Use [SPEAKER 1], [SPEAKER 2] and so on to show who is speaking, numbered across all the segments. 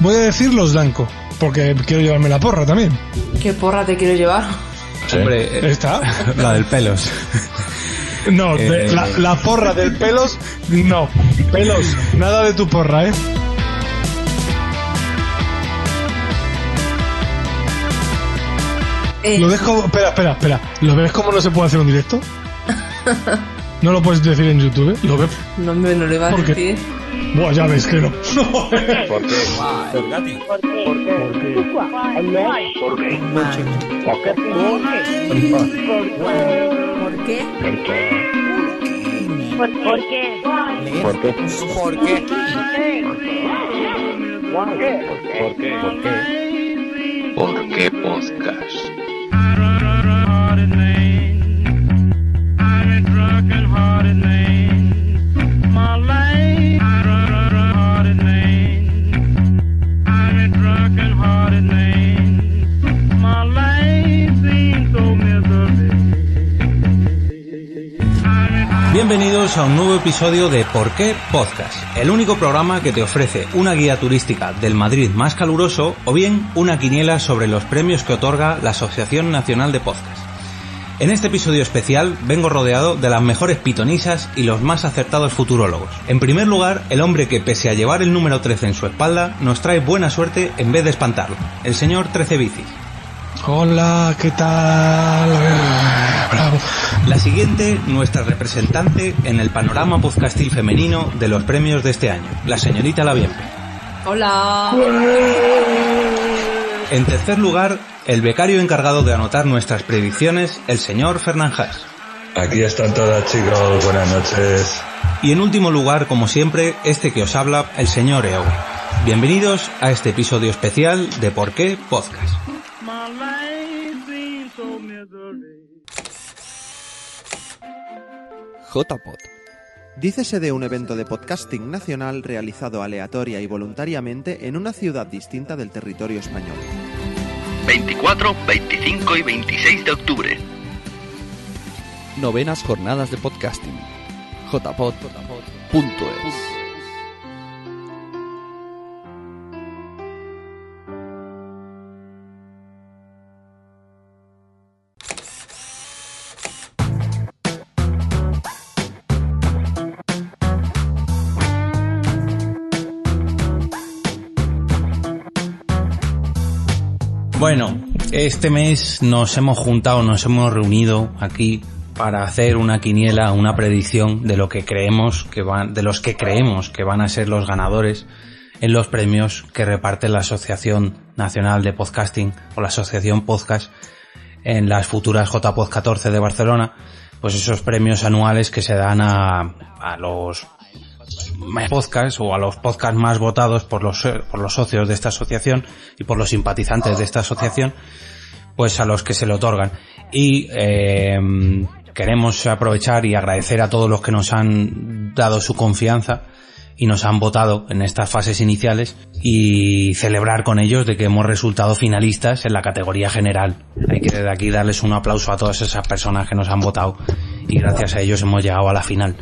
[SPEAKER 1] Voy a decir los blancos, porque quiero llevarme la porra también.
[SPEAKER 2] ¿Qué porra te quiero llevar?
[SPEAKER 3] Sí.
[SPEAKER 4] Hombre, eh,
[SPEAKER 1] ¿Está?
[SPEAKER 4] la del pelos.
[SPEAKER 1] No,
[SPEAKER 4] Eh,
[SPEAKER 1] de- la, la porra del pelos, no. Pelos, nada de tu porra, ¿eh?
[SPEAKER 2] Eh,
[SPEAKER 1] Lo ves como... Espera, espera, espera. ¿Lo ves como no se puede hacer un directo? No lo puedes decir en YouTube. ¿eh? Lo ves...
[SPEAKER 2] no me lo iba a
[SPEAKER 1] ¿Por qué?
[SPEAKER 2] decir.
[SPEAKER 1] Buah, ya ves que no.
[SPEAKER 3] ¿Por qué?
[SPEAKER 5] ¿Por qué podcast?
[SPEAKER 4] Bienvenidos a un nuevo episodio de Por qué Podcast, el único programa que te ofrece una guía turística del Madrid más caluroso o bien una quiniela sobre los premios que otorga la Asociación Nacional de Podcast. En este episodio especial vengo rodeado de las mejores pitonisas y los más acertados futurólogos. En primer lugar, el hombre que pese a llevar el número 13 en su espalda, nos trae buena suerte en vez de espantarlo, el señor 13 Bicis.
[SPEAKER 1] Hola, ¿qué tal? Eh, Bravo.
[SPEAKER 4] La siguiente, nuestra representante en el panorama podcastil femenino de los premios de este año, la señorita Laviempe.
[SPEAKER 2] Hola.
[SPEAKER 4] En tercer lugar, el becario encargado de anotar nuestras predicciones, el señor Fernández.
[SPEAKER 3] Aquí están todas, chicos. Buenas noches.
[SPEAKER 4] Y en último lugar, como siempre, este que os habla, el señor Eowe. Bienvenidos a este episodio especial de Por qué Podcast.
[SPEAKER 6] JPod. Dícese de un evento de podcasting nacional realizado aleatoria y voluntariamente en una ciudad distinta del territorio español.
[SPEAKER 5] 24, 25 y 26 de octubre.
[SPEAKER 6] Novenas jornadas de podcasting. jpod.es.
[SPEAKER 4] Bueno, este mes nos hemos juntado, nos hemos reunido aquí para hacer una quiniela, una predicción de lo que creemos que van, de los que creemos que van a ser los ganadores en los premios que reparte la Asociación Nacional de Podcasting o la Asociación Podcast en las futuras JPod 14 de Barcelona, pues esos premios anuales que se dan a, a los podcasts o a los podcasts más votados por los, eh, por los socios de esta asociación y por los simpatizantes de esta asociación, pues a los que se le otorgan. Y eh, queremos aprovechar y agradecer a todos los que nos han dado su confianza y nos han votado en estas fases iniciales y celebrar con ellos de que hemos resultado finalistas en la categoría general. Hay que desde aquí darles un aplauso a todas esas personas que nos han votado y gracias a ellos hemos llegado a la final.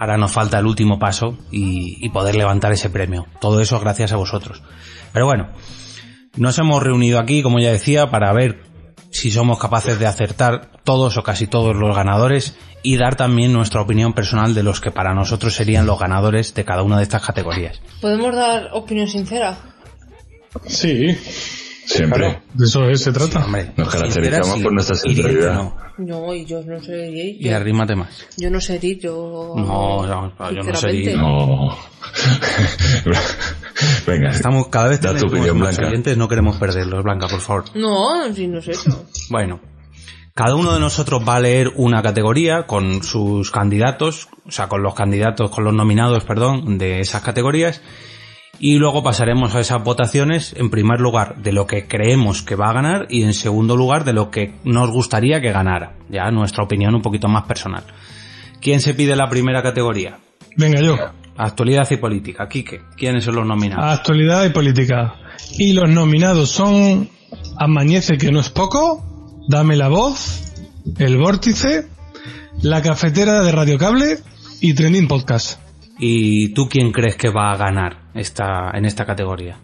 [SPEAKER 4] Ahora nos falta el último paso y, y poder levantar ese premio. Todo eso gracias a vosotros. Pero bueno, nos hemos reunido aquí, como ya decía, para ver si somos capaces de acertar todos o casi todos los ganadores y dar también nuestra opinión personal de los que para nosotros serían los ganadores de cada una de estas categorías.
[SPEAKER 2] ¿Podemos dar opinión sincera?
[SPEAKER 1] Sí,
[SPEAKER 3] Siempre.
[SPEAKER 1] de eso es, se trata.
[SPEAKER 4] Hombre,
[SPEAKER 3] Nos caracterizamos
[SPEAKER 4] sincera, sí,
[SPEAKER 3] por nuestra
[SPEAKER 4] hiriente,
[SPEAKER 3] sinceridad.
[SPEAKER 4] no.
[SPEAKER 2] No, y yo no sé herir.
[SPEAKER 4] Y
[SPEAKER 2] Yo,
[SPEAKER 4] arrímate más.
[SPEAKER 2] yo no sé herir, yo...
[SPEAKER 4] No, no, no, yo no sé herir,
[SPEAKER 2] Sinceramente.
[SPEAKER 3] No. Venga.
[SPEAKER 4] Estamos cada vez
[SPEAKER 3] Da tu
[SPEAKER 4] tenemos
[SPEAKER 3] opinión,
[SPEAKER 4] más
[SPEAKER 3] Blanca.
[SPEAKER 4] oyentes, no queremos perderlos, Blanca, por favor.
[SPEAKER 2] No, sí, no sé eso.
[SPEAKER 4] Bueno, cada uno de nosotros va a leer una categoría con sus candidatos, o sea, con los candidatos, con los nominados, perdón, de esas categorías. Y luego pasaremos a esas votaciones, en primer lugar, de lo que creemos que va a ganar y en segundo lugar, de lo que nos gustaría que ganara. Ya nuestra opinión un poquito más personal. ¿Quién se pide la primera categoría?
[SPEAKER 1] Venga, yo.
[SPEAKER 4] Actualidad y política. Quique, ¿quiénes son los
[SPEAKER 1] Ah.
[SPEAKER 4] nominados?
[SPEAKER 1] Actualidad y política. Y los nominados son Amañece que no es poco, Dame la voz, El Vórtice, La Cafetera de Radio Cable y Trending Podcast.
[SPEAKER 4] ¿Y tú quién crees que va a ganar esta, en esta categoría?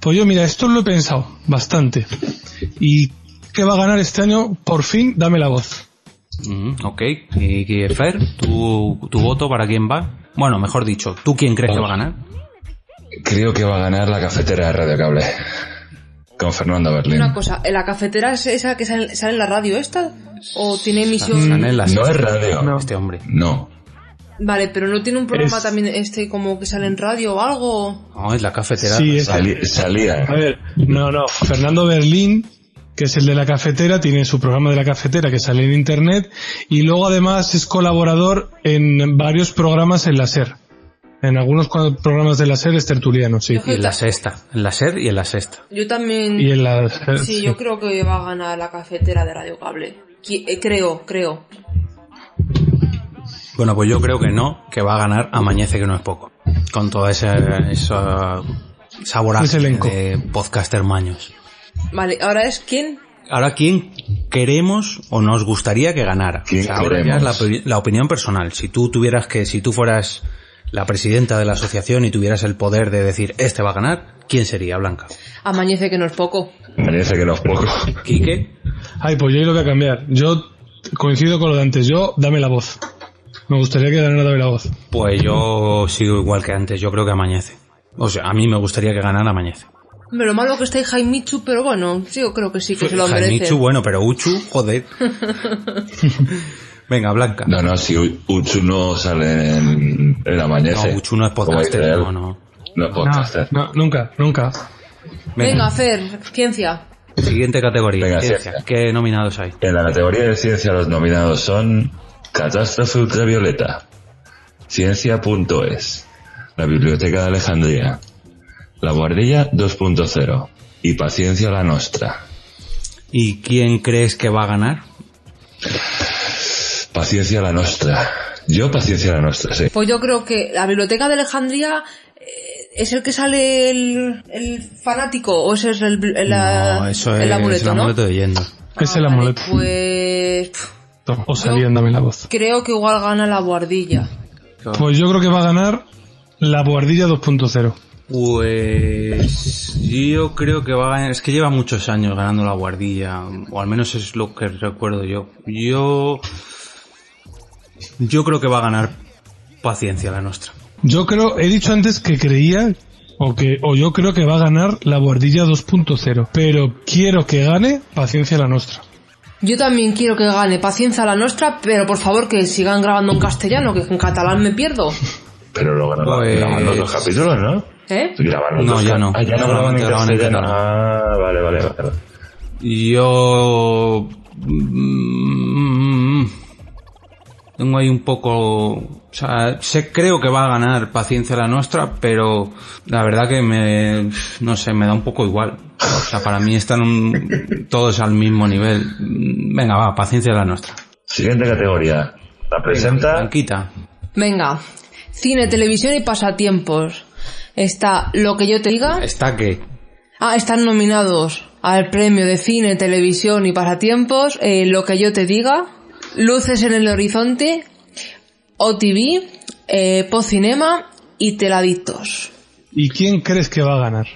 [SPEAKER 1] Pues yo, mira, esto lo he pensado bastante. ¿Y qué va a ganar este año? Por fin, dame la voz.
[SPEAKER 4] Mm, ok. Y, y, Fer, ¿tu, ¿tu voto para quién va? Bueno, mejor dicho, ¿tú quién crees que va a ganar?
[SPEAKER 3] Creo que va a ganar la cafetera de Radio Cable. Con Fernando Berlín.
[SPEAKER 2] Una cosa, ¿la cafetera es esa que sale, sale en la radio esta? ¿O tiene emisión?
[SPEAKER 4] Están en las-
[SPEAKER 3] No es radio. No.
[SPEAKER 4] Este hombre.
[SPEAKER 2] Vale, pero ¿no tiene un programa
[SPEAKER 1] Es-
[SPEAKER 2] también este como que sale en radio o algo?
[SPEAKER 4] No, es la cafetera.
[SPEAKER 1] Sí, es-
[SPEAKER 3] Sali- salía.
[SPEAKER 1] A ver, no, no. Fernando Berlín, que es el de la cafetera, tiene su programa de la cafetera que sale en internet y luego además es colaborador en varios programas en la SER. En algunos cua- programas de la SER es tertuliano, sí.
[SPEAKER 4] Y en la sexta. En la SER y en la sexta.
[SPEAKER 2] Yo también...
[SPEAKER 1] Y en la SER,
[SPEAKER 2] Sí, yo creo que va a ganar la cafetera de Radio Cable. Qui- eh, creo, creo.
[SPEAKER 4] Bueno, pues yo creo que no, que va a ganar Amañece, que no es poco. Con todo ese, esa saboraje
[SPEAKER 1] Ese elenco.
[SPEAKER 4] de podcaster maños.
[SPEAKER 2] Vale, ahora es quién.
[SPEAKER 4] Ahora, ¿quién queremos o nos gustaría que ganara?
[SPEAKER 3] ¿Quién
[SPEAKER 4] ahora ya
[SPEAKER 3] queremos?
[SPEAKER 4] es la, opi- la opinión personal. Si tú tuvieras que, si tú fueras la presidenta de la asociación y tuvieras el poder de decir, este va a ganar, ¿quién sería, Blanca?
[SPEAKER 2] Amañece que no es poco.
[SPEAKER 3] Merece que no es poco.
[SPEAKER 4] ¿Quique?
[SPEAKER 1] Ay, pues yo ahí lo voy a cambiar. Yo coincido con lo de antes. Yo, dame la voz. Me gustaría que ganara Dame la voz.
[SPEAKER 4] Pues yo sigo igual que antes, yo creo que Amañece. O sea, a mí me gustaría que ganara Amañece.
[SPEAKER 2] Me lo malo que está ahí Jaimichu, pero bueno, sí, yo creo que sí, que se lo merece.
[SPEAKER 4] Jaimichu, bueno, pero Uchu, joder. Venga, Blanca.
[SPEAKER 3] No, no, si U- Uchu no sale en el amanecer.
[SPEAKER 4] No, Uchu no es
[SPEAKER 3] Como dice
[SPEAKER 4] podcaster,
[SPEAKER 3] él,
[SPEAKER 4] no, no.
[SPEAKER 3] no es podcaster.
[SPEAKER 1] No, nunca, nunca.
[SPEAKER 2] Venga, Fer, ciencia.
[SPEAKER 4] Siguiente categoría,
[SPEAKER 3] Venga,
[SPEAKER 4] ciencia.
[SPEAKER 3] ciencia.
[SPEAKER 4] ¿Qué nominados hay?
[SPEAKER 3] En la categoría de ciencia los nominados son Catástrofe Ultravioleta, Ciencia.es, la Biblioteca de Alejandría, La Guardilla 2.0 y Paciencia la Nostra.
[SPEAKER 4] ¿Y quién crees que va a ganar?
[SPEAKER 3] Paciencia la Nostra. Yo Paciencia la Nostra, sí.
[SPEAKER 2] Pues yo creo que la biblioteca de Alejandría eh, es el que sale el, el fanático, o ese es el, el- la-
[SPEAKER 4] no, eso
[SPEAKER 2] el
[SPEAKER 4] es
[SPEAKER 2] amuleto,
[SPEAKER 4] el
[SPEAKER 2] ¿no?
[SPEAKER 4] amuleto de Yendo.
[SPEAKER 1] Es
[SPEAKER 2] Ah,
[SPEAKER 1] el
[SPEAKER 2] vale,
[SPEAKER 1] amuleto.
[SPEAKER 2] pues pf,
[SPEAKER 1] O salía en Dame la voz.
[SPEAKER 2] creo que igual gana la guardilla.
[SPEAKER 1] Pues yo creo que va a ganar la Guardilla 2.0.
[SPEAKER 4] Pues yo creo que va a ganar. Es que lleva muchos años ganando la guardilla, o al menos es lo que recuerdo yo. Yo, yo creo que va a ganar paciencia la nuestra.
[SPEAKER 1] Yo creo, he dicho antes que creía o que o yo creo que va a ganar la Guardilla 2.0, pero quiero que gane Paciencia la Nostra.
[SPEAKER 2] Yo también quiero que gane paciencia la nuestra, pero por favor que sigan grabando en castellano, que en catalán me pierdo.
[SPEAKER 3] Pero lo grabaron,
[SPEAKER 4] Pues-
[SPEAKER 3] grabaron los dos capítulos, ¿no?
[SPEAKER 2] ¿Eh?
[SPEAKER 3] Grabaron los
[SPEAKER 4] No,
[SPEAKER 3] dos
[SPEAKER 4] ya
[SPEAKER 3] cap-
[SPEAKER 4] no.
[SPEAKER 3] Ah, ya no grabaron
[SPEAKER 4] Solamente
[SPEAKER 3] en
[SPEAKER 4] grabaron en
[SPEAKER 3] castellano.
[SPEAKER 4] catalán.
[SPEAKER 3] Ah, vale, vale, vale.
[SPEAKER 4] Yo mm, tengo ahí un poco, o sea, sé creo que va a ganar paciencia la nuestra, pero la verdad que me, no sé, me da un poco igual. O sea, para mí están un- todos al mismo nivel. Mm, Venga, va, paciencia la nuestra.
[SPEAKER 3] Siguiente categoría. La presenta
[SPEAKER 4] Blanquita.
[SPEAKER 2] Venga, cine, televisión y pasatiempos. Está lo que yo te diga.
[SPEAKER 4] Está que
[SPEAKER 2] Ah, están nominados al premio de cine, televisión y pasatiempos. eh, lo que yo te diga. Luces en el horizonte. OTV. Eh, Pocinema y Teladictos.
[SPEAKER 1] ¿Y quién crees que va a ganar?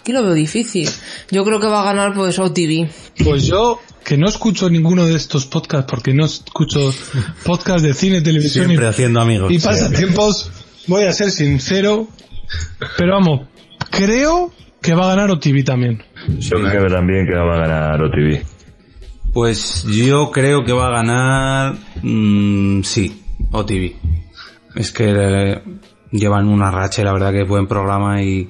[SPEAKER 2] Aquí lo veo difícil. Yo creo que va a ganar pues OTV.
[SPEAKER 1] Pues yo que no escucho ninguno de estos podcasts porque no escucho podcasts de cine, televisión
[SPEAKER 4] siempre
[SPEAKER 1] y
[SPEAKER 4] haciendo amigos.
[SPEAKER 1] Y pasatiempos, voy a ser sincero, pero vamos, creo que va a ganar OTV también.
[SPEAKER 3] Yo creo también que va a ganar OTV.
[SPEAKER 4] Pues yo creo que va a ganar. mm, sí, OTV. Es que eh, llevan una racha, y la verdad que buen programa y.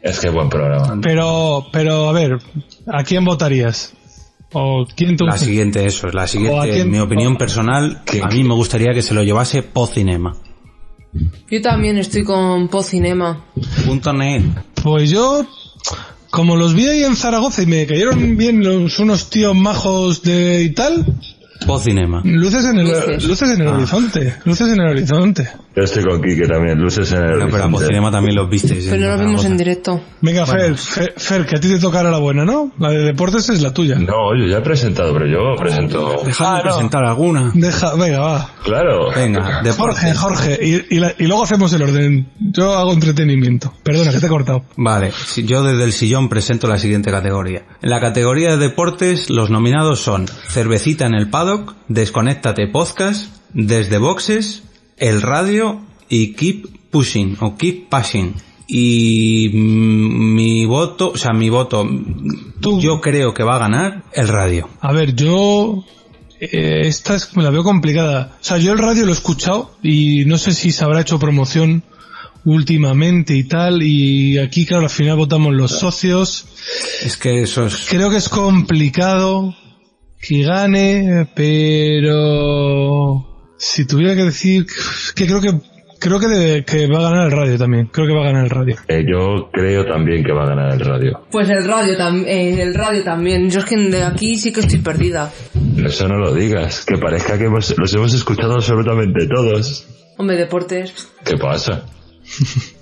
[SPEAKER 3] Es que buen programa.
[SPEAKER 1] Pero, pero a ver, ¿a quién votarías? ¿O quién te
[SPEAKER 4] La siguiente, eso, la
[SPEAKER 1] ¿O a
[SPEAKER 4] siguiente,
[SPEAKER 1] quién?
[SPEAKER 4] mi opinión personal,
[SPEAKER 3] ¿Quién?
[SPEAKER 4] a mí me gustaría que se lo llevase Pocinema.
[SPEAKER 2] Yo también estoy con Pocinema.
[SPEAKER 4] Punto net.
[SPEAKER 1] Pues yo, como los vi ahí en Zaragoza y me cayeron bien los unos tíos majos de y tal,
[SPEAKER 4] Pocinema.
[SPEAKER 1] luces en el
[SPEAKER 2] Luces.
[SPEAKER 1] luces en el horizonte, luces en el horizonte.
[SPEAKER 3] Yo estoy con Quique también, luces en el
[SPEAKER 4] Bueno, pero a
[SPEAKER 3] horizonte.
[SPEAKER 4] Pocinema también los viste.
[SPEAKER 2] Pero no lo vimos en directo.
[SPEAKER 1] Venga, Fer,
[SPEAKER 4] Bueno.
[SPEAKER 1] Fer, Fer, que a ti te tocará la buena, ¿no? La de deportes es la tuya.
[SPEAKER 3] No, yo ya he presentado, pero yo presento.
[SPEAKER 4] Dejadme
[SPEAKER 1] Ah, no.
[SPEAKER 4] presentar alguna.
[SPEAKER 1] Deja, venga, va.
[SPEAKER 3] Claro.
[SPEAKER 4] Venga, deporte.
[SPEAKER 1] Jorge, Jorge, y, y la- y luego hacemos el orden. Yo hago entretenimiento. Perdona, que te he cortado.
[SPEAKER 4] Vale, si- yo desde el sillón presento la siguiente categoría. En la categoría de deportes, los nominados son Cervecita en el Paddock, Desconéctate Podcast, Desde Boxes, El Radio y Keep Pushing o Keep Pushing. Y mm, mi voto, o sea, mi voto,
[SPEAKER 1] Tú.
[SPEAKER 4] yo creo que va a ganar el radio.
[SPEAKER 1] A ver, yo... eh, esta es, me la veo complicada. O sea, yo el radio lo he escuchado y no sé si se habrá hecho promoción últimamente y tal. Y aquí, claro, al final votamos los socios.
[SPEAKER 4] Es que eso es...
[SPEAKER 1] Creo que es complicado que gane, pero si tuviera que decir que creo que creo que, debe- que va a ganar el radio también. Creo que va a ganar el radio.
[SPEAKER 3] Eh, yo creo también que va a ganar el radio.
[SPEAKER 2] Pues el radio, tam- eh, el radio también. Yo es que de aquí sí que estoy perdida.
[SPEAKER 3] Eso no lo digas, que parezca que hemos- los hemos escuchado absolutamente todos.
[SPEAKER 2] Hombre, deportes.
[SPEAKER 3] ¿Qué pasa?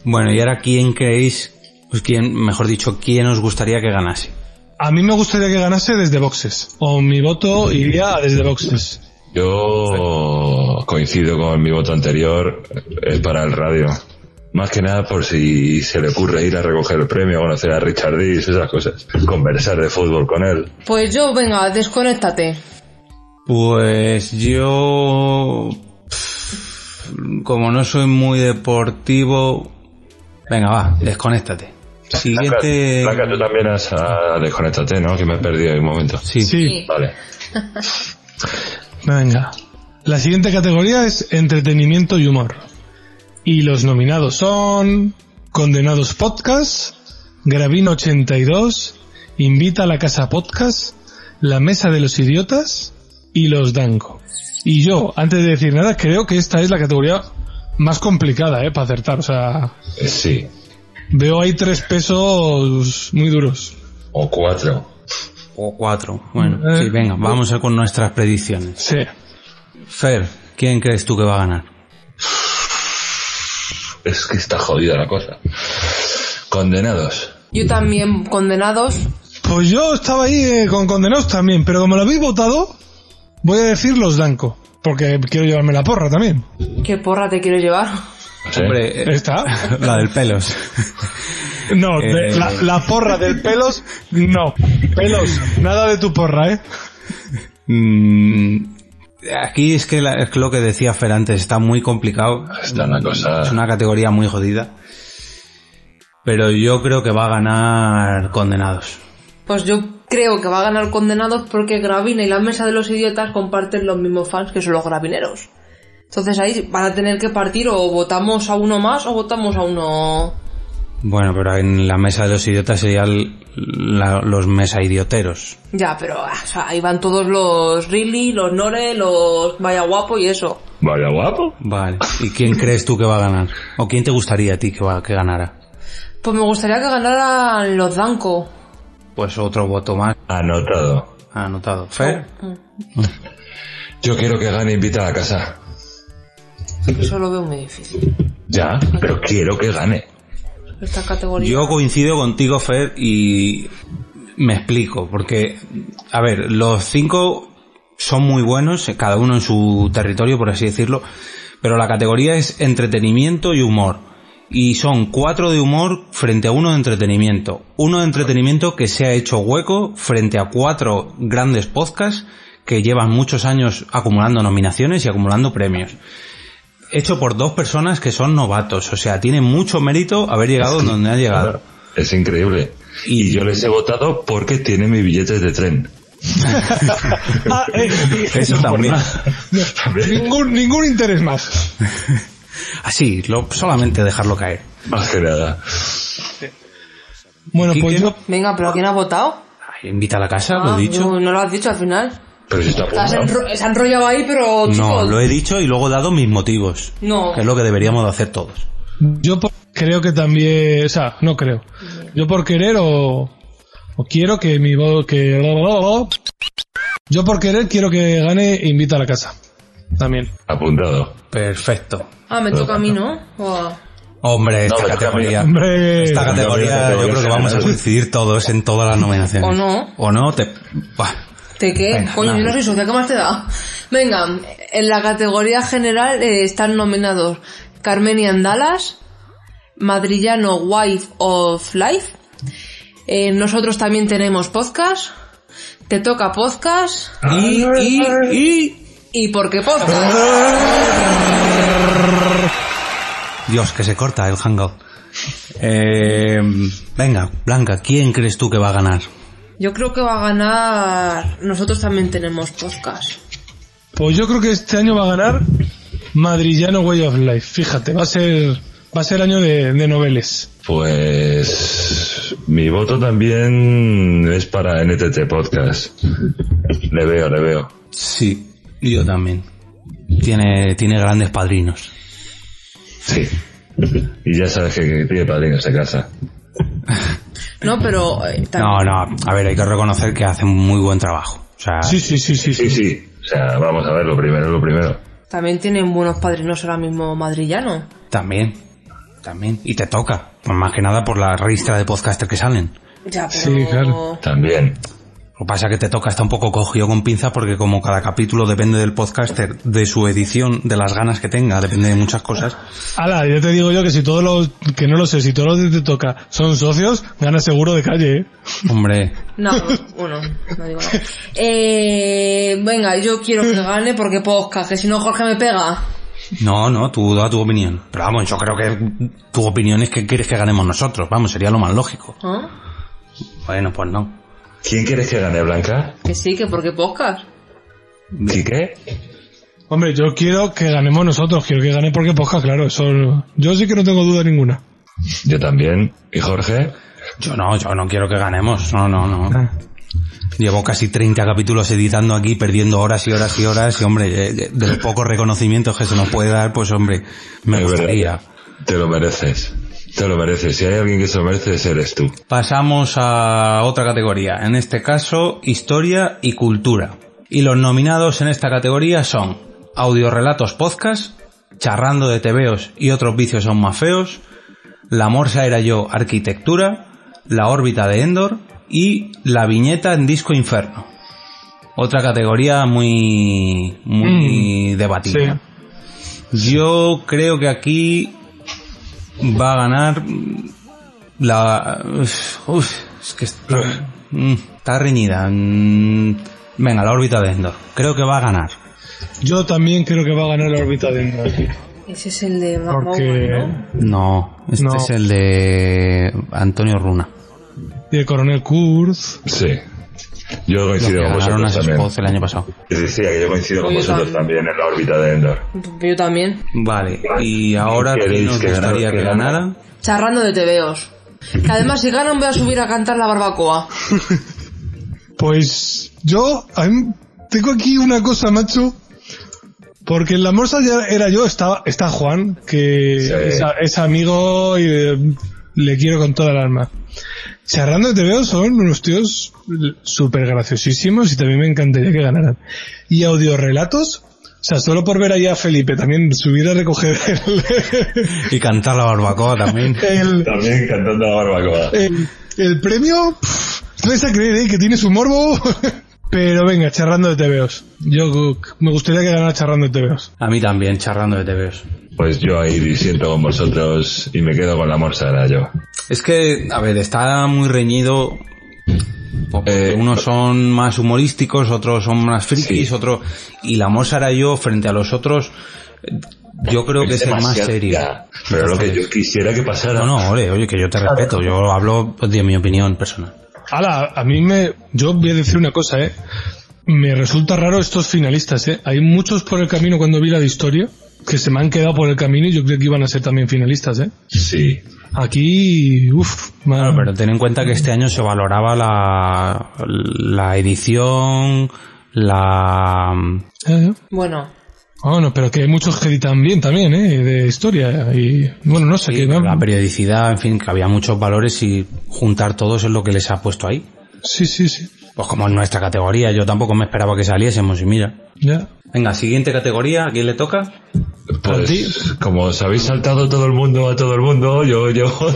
[SPEAKER 4] Bueno, y ahora, ¿quién creéis, pues quién, mejor dicho, quién os gustaría que ganase?
[SPEAKER 1] A mí me gustaría que ganase desde boxes. O mi voto iría a desde boxes.
[SPEAKER 3] Yo coincido con mi voto anterior, es para el radio. Más que nada por si se le ocurre ir a recoger el premio, conocer a Richard Dees, esas cosas. Conversar de fútbol con él.
[SPEAKER 2] Pues yo, venga, desconéctate.
[SPEAKER 4] Pues yo, pff, como no soy muy deportivo, venga va, desconéctate. Siguiente,
[SPEAKER 3] Blanca, tú también has a desconectarte, ¿no? Que me he perdido ahí un momento.
[SPEAKER 4] sí,
[SPEAKER 1] Sí,
[SPEAKER 3] Vale.
[SPEAKER 1] venga. La siguiente categoría es entretenimiento y humor. Y los nominados son Condenados Podcast, Gravino 82, Invita a la Casa Podcast, La Mesa de los Idiotas y Los Dango. Y yo, antes de decir nada, creo que esta es la categoría más complicada, ¿eh? Para acertar. O sea,
[SPEAKER 3] Eh, Sí.
[SPEAKER 1] veo ahí tres pesos muy duros.
[SPEAKER 3] O cuatro.
[SPEAKER 4] o cuatro. Bueno,
[SPEAKER 1] Eh,
[SPEAKER 4] sí, venga, vamos a con nuestras predicciones.
[SPEAKER 1] Sí.
[SPEAKER 4] Fer, ¿quién crees tú que va a ganar?
[SPEAKER 3] Eh. Es que está jodida la cosa. Condenados.
[SPEAKER 2] Yo también, condenados.
[SPEAKER 1] Pues yo estaba ahí eh, con condenados también, pero como lo habéis votado, voy a decir los Danco, porque quiero llevarme la porra también.
[SPEAKER 2] ¿Qué porra te quiero llevar?
[SPEAKER 3] Sí.
[SPEAKER 4] Hombre, eh,
[SPEAKER 1] ¿Está?
[SPEAKER 4] la del pelos.
[SPEAKER 1] No, de-
[SPEAKER 4] Eh.
[SPEAKER 1] la, la porra del pelos, no. Pelos, nada de tu porra, ¿eh?
[SPEAKER 4] Mm, Aquí es que la- es lo que decía Fer antes, está muy complicado.
[SPEAKER 3] Está una cosa-
[SPEAKER 4] Es una categoría muy jodida. Pero yo creo que va a ganar condenados.
[SPEAKER 2] Pues yo creo que va a ganar condenados porque Gravina y la Mesa de los Idiotas comparten los mismos fans que son los gravineros. Entonces ahí van a tener que partir o votamos a uno más o votamos a uno...
[SPEAKER 4] Bueno, pero en la mesa de los idiotas serían la- los mesa idioteros.
[SPEAKER 2] Ya, pero ah, o sea, ahí van todos los Riley, los Nore, los Vaya Guapo y eso.
[SPEAKER 3] Vaya guapo.
[SPEAKER 4] Vale. ¿Y quién crees tú que va a ganar? ¿O quién te gustaría a ti que, va, que ganara?
[SPEAKER 2] Pues me gustaría que ganaran los Danco.
[SPEAKER 4] Pues otro voto más
[SPEAKER 3] Anotado.
[SPEAKER 4] anotado. Fer,
[SPEAKER 3] Yo quiero que gane invita a la casa.
[SPEAKER 2] Eso lo veo muy difícil.
[SPEAKER 3] Ya, pero quiero que gane.
[SPEAKER 2] Esta categoría...
[SPEAKER 4] yo coincido contigo, Fer, y me explico. Porque, a ver, los cinco son muy buenos, cada uno en su territorio, por así decirlo. Pero la categoría es entretenimiento y humor. Y son cuatro de humor frente a uno de entretenimiento. Uno de entretenimiento que se ha hecho hueco frente a cuatro grandes podcasts que llevan muchos años acumulando nominaciones y acumulando premios. Hecho por dos personas que son novatos. O sea, tiene mucho mérito haber llegado donde ha llegado.
[SPEAKER 3] Es increíble. Y yo les he votado porque tiene mis billetes de tren.
[SPEAKER 1] Ah, eh,
[SPEAKER 4] Eso también.
[SPEAKER 1] ningún, ningún interés más.
[SPEAKER 4] Así, lo, solamente dejarlo caer.
[SPEAKER 3] Más que nada.
[SPEAKER 1] Bueno, pues
[SPEAKER 4] Quique.
[SPEAKER 1] yo...
[SPEAKER 2] Venga, pero ¿quién ha votado?
[SPEAKER 4] Ay, Invita a la casa, lo
[SPEAKER 2] Ah,
[SPEAKER 4] he dicho.
[SPEAKER 2] No, no lo has dicho al final.
[SPEAKER 3] Pero si está
[SPEAKER 2] O sea, se,
[SPEAKER 3] apuntado.
[SPEAKER 2] enro- se ha enrollado ahí, pero...
[SPEAKER 4] No,
[SPEAKER 2] chicos,
[SPEAKER 4] lo he dicho y luego he dado mis motivos.
[SPEAKER 2] No.
[SPEAKER 4] Que es lo que deberíamos de hacer todos.
[SPEAKER 1] Yo por- creo que también, o sea, no creo. Yo por querer o, o quiero que mi voz que yo por querer quiero que gane e invita a la casa. También.
[SPEAKER 3] Apuntado.
[SPEAKER 4] Perfecto.
[SPEAKER 2] Ah, me toca a mí, ¿no? O-
[SPEAKER 4] Hombre, esta
[SPEAKER 3] No, me toca a mí.
[SPEAKER 4] categoría.
[SPEAKER 1] Hombre,
[SPEAKER 4] Esta
[SPEAKER 3] no,
[SPEAKER 4] categoría
[SPEAKER 3] no, no,
[SPEAKER 4] yo creo que
[SPEAKER 3] no,
[SPEAKER 4] vamos a
[SPEAKER 3] no.
[SPEAKER 4] coincidir todos en todas las nominaciones.
[SPEAKER 2] O no.
[SPEAKER 4] O no, te... Buah.
[SPEAKER 2] ¿Te qué?
[SPEAKER 4] Venga,
[SPEAKER 2] Coño,
[SPEAKER 4] nada.
[SPEAKER 2] yo no soy socia, ¿qué más te da? Venga, en la categoría general eh, están nominados Carmenian Dallas, Madrillano Wife of Life, eh, nosotros también tenemos podcast, Te Toca Podcast
[SPEAKER 4] Y, y, y...
[SPEAKER 2] y ¿Por qué Podcast?
[SPEAKER 4] Dios, que se corta el hangout. Eh, venga, Blanca, ¿quién crees tú que va a ganar?
[SPEAKER 2] Yo creo que va a ganar Nosotros también tenemos podcast.
[SPEAKER 1] Pues yo creo que este año va a ganar Madrillano Way of Life. Fíjate, va a ser, va a ser año de, de noveles.
[SPEAKER 3] Pues mi voto también es para NTT Podcast. Le veo, le veo.
[SPEAKER 4] Sí, yo también. Tiene, tiene grandes padrinos.
[SPEAKER 3] Sí. Y ya sabes que que tiene padrinos de casa.
[SPEAKER 2] No, pero eh,
[SPEAKER 4] No,
[SPEAKER 2] también-
[SPEAKER 4] no, a ver, hay que reconocer que hacen muy buen trabajo. O sea,
[SPEAKER 1] Sí, sí, sí, sí.
[SPEAKER 3] Sí,
[SPEAKER 1] sí.
[SPEAKER 3] sí. O sea, vamos a ver, lo primero, lo primero.
[SPEAKER 2] también tienen buenos padrinos ahora mismo madrillano.
[SPEAKER 4] también, también. Y te toca, pues más que nada por la ristra de podcaster que salen.
[SPEAKER 2] Ya, pero...
[SPEAKER 1] Sí, claro.
[SPEAKER 3] También.
[SPEAKER 4] Lo que pasa es que te toca está un poco cogido con pinza porque como cada capítulo depende del podcaster, de su edición, de las ganas que tenga, depende de muchas cosas.
[SPEAKER 1] Ala, yo te digo yo que si todos los, que no lo sé, si todos los que te toca son socios, ganas seguro de calle, ¿eh?
[SPEAKER 4] Hombre,
[SPEAKER 2] No, bueno, no digo nada. Eh, venga, yo quiero que gane porque podcast, que si no Jorge me pega.
[SPEAKER 4] no, no, tú da tu opinión. Pero vamos, yo creo que tu opinión es que quieres que ganemos nosotros. Vamos, sería lo más lógico.
[SPEAKER 2] ¿Ah?
[SPEAKER 4] Bueno, pues no.
[SPEAKER 3] ¿Quién quieres que gane, Blanca?
[SPEAKER 2] Que sí, que porque podcast.
[SPEAKER 3] ¿Sí qué?
[SPEAKER 1] Hombre, yo quiero que ganemos nosotros, quiero que gane porque Posca, claro, eso, yo sí que no tengo duda ninguna.
[SPEAKER 3] Yo también. ¿Y Jorge?
[SPEAKER 4] Yo no, yo no quiero que ganemos. No, no, no. Llevo casi 30 capítulos editando aquí, perdiendo horas y horas y horas. Y hombre, eh, de, de los pocos reconocimientos que se nos puede dar, pues hombre, me
[SPEAKER 3] Es verdad.
[SPEAKER 4] gustaría.
[SPEAKER 3] Te lo mereces. Te lo mereces. Si hay alguien que se lo merece, eres tú.
[SPEAKER 4] Pasamos a otra categoría, en este caso historia y cultura. Y los nominados en esta categoría son Audiorelatos Podcast, Charrando de Tebeos y otros vicios aún más feos, La Morsa era yo Arquitectura, La órbita de Endor y La viñeta en Disco Inferno. Otra categoría muy, muy debatida. Yo creo que aquí va a ganar la... Uf, uf, es que está, mm, está reñida. Mm, Venga, la órbita de Endor. Creo que va a ganar.
[SPEAKER 1] Yo también creo que va a ganar la órbita de Endor,
[SPEAKER 2] Ese es el de Mac
[SPEAKER 1] porque,
[SPEAKER 2] Bowen,
[SPEAKER 4] No, este
[SPEAKER 1] No.
[SPEAKER 4] es el de Antonio Runa.
[SPEAKER 1] y el coronel Kurz,
[SPEAKER 3] Sí.
[SPEAKER 4] Los
[SPEAKER 3] Yo
[SPEAKER 4] que
[SPEAKER 3] coincido
[SPEAKER 4] ganaron a
[SPEAKER 3] con vosotros también.
[SPEAKER 4] Spoz el año pasado.
[SPEAKER 3] Te decía que yo coincido con
[SPEAKER 2] Yo
[SPEAKER 3] vosotros
[SPEAKER 2] también.
[SPEAKER 3] también en la órbita de Endor.
[SPEAKER 2] ¿no? Yo también.
[SPEAKER 4] Vale, y ahora ¿quién
[SPEAKER 3] ¿Queréis
[SPEAKER 4] nos
[SPEAKER 3] que ganara-
[SPEAKER 4] gustaría que
[SPEAKER 3] que ganara?
[SPEAKER 4] ganara?
[SPEAKER 2] Charrando de tebeos. Que además si ganan voy a subir a cantar la barbacoa.
[SPEAKER 1] Pues yo a mí- tengo aquí una cosa, macho. Porque en la morsa ya era yo, está, está Juan, que
[SPEAKER 3] Sí.
[SPEAKER 1] es, a- es amigo y eh, le quiero con toda el alma. Charrando te veo son unos tíos súper graciosísimos y también me encantaría que ganaran. Y audiorelatos, o sea, solo por ver ahí a Felipe también subir a recoger el,
[SPEAKER 4] Y cantar la barbacoa también.
[SPEAKER 1] el-
[SPEAKER 3] También cantando la barbacoa.
[SPEAKER 1] el, Eh, el premio, pff, no es a creer, ¿eh? que tiene su morbo. Pero venga, charrando de TVOs. Yo cu- me gustaría que ganara charrando de TVOs.
[SPEAKER 4] A mí también, charrando de TVOs.
[SPEAKER 3] Pues yo ahí disiento con vosotros y me quedo con la morsa, era yo.
[SPEAKER 4] Es que, a ver, está muy reñido. Porque
[SPEAKER 3] Eh,
[SPEAKER 4] unos son más humorísticos, otros son más frikis,
[SPEAKER 3] Sí.
[SPEAKER 4] otro. Y la Mozart y yo, frente a los otros, eh, yo creo que es el más
[SPEAKER 3] demasiado-
[SPEAKER 4] serio.
[SPEAKER 3] Ya, Pero lo que yo quisiera que pasara.
[SPEAKER 4] No, no, ole, oye, que yo te respeto, yo hablo de mi opinión personal.
[SPEAKER 1] Ala, a mí me. Yo voy a decir una cosa, ¿eh? Me resulta raro estos finalistas, ¿eh? Hay muchos por el camino cuando vi la de historia que se me han quedado por el camino y yo creo que iban a ser también finalistas, ¿eh?
[SPEAKER 3] Sí.
[SPEAKER 1] Aquí. Uf, ma-
[SPEAKER 4] Claro, Ah, pero ten en cuenta que este año se valoraba la, la edición, la...
[SPEAKER 1] Eh,
[SPEAKER 2] Bueno,
[SPEAKER 1] ah, no, pero que hay muchos que editan bien también, ¿eh? De historia. Y. Bueno, no sé qué. va-
[SPEAKER 4] la periodicidad, en fin, que había muchos valores y juntar todos es lo que les ha puesto ahí.
[SPEAKER 1] Sí, sí, sí.
[SPEAKER 4] Pues como en nuestra categoría, yo tampoco me esperaba que saliésemos y mira.
[SPEAKER 1] Ya.
[SPEAKER 4] Venga, siguiente categoría, ¿a quién le toca?
[SPEAKER 3] Pues como os habéis saltado todo el mundo a todo el mundo, yo llevo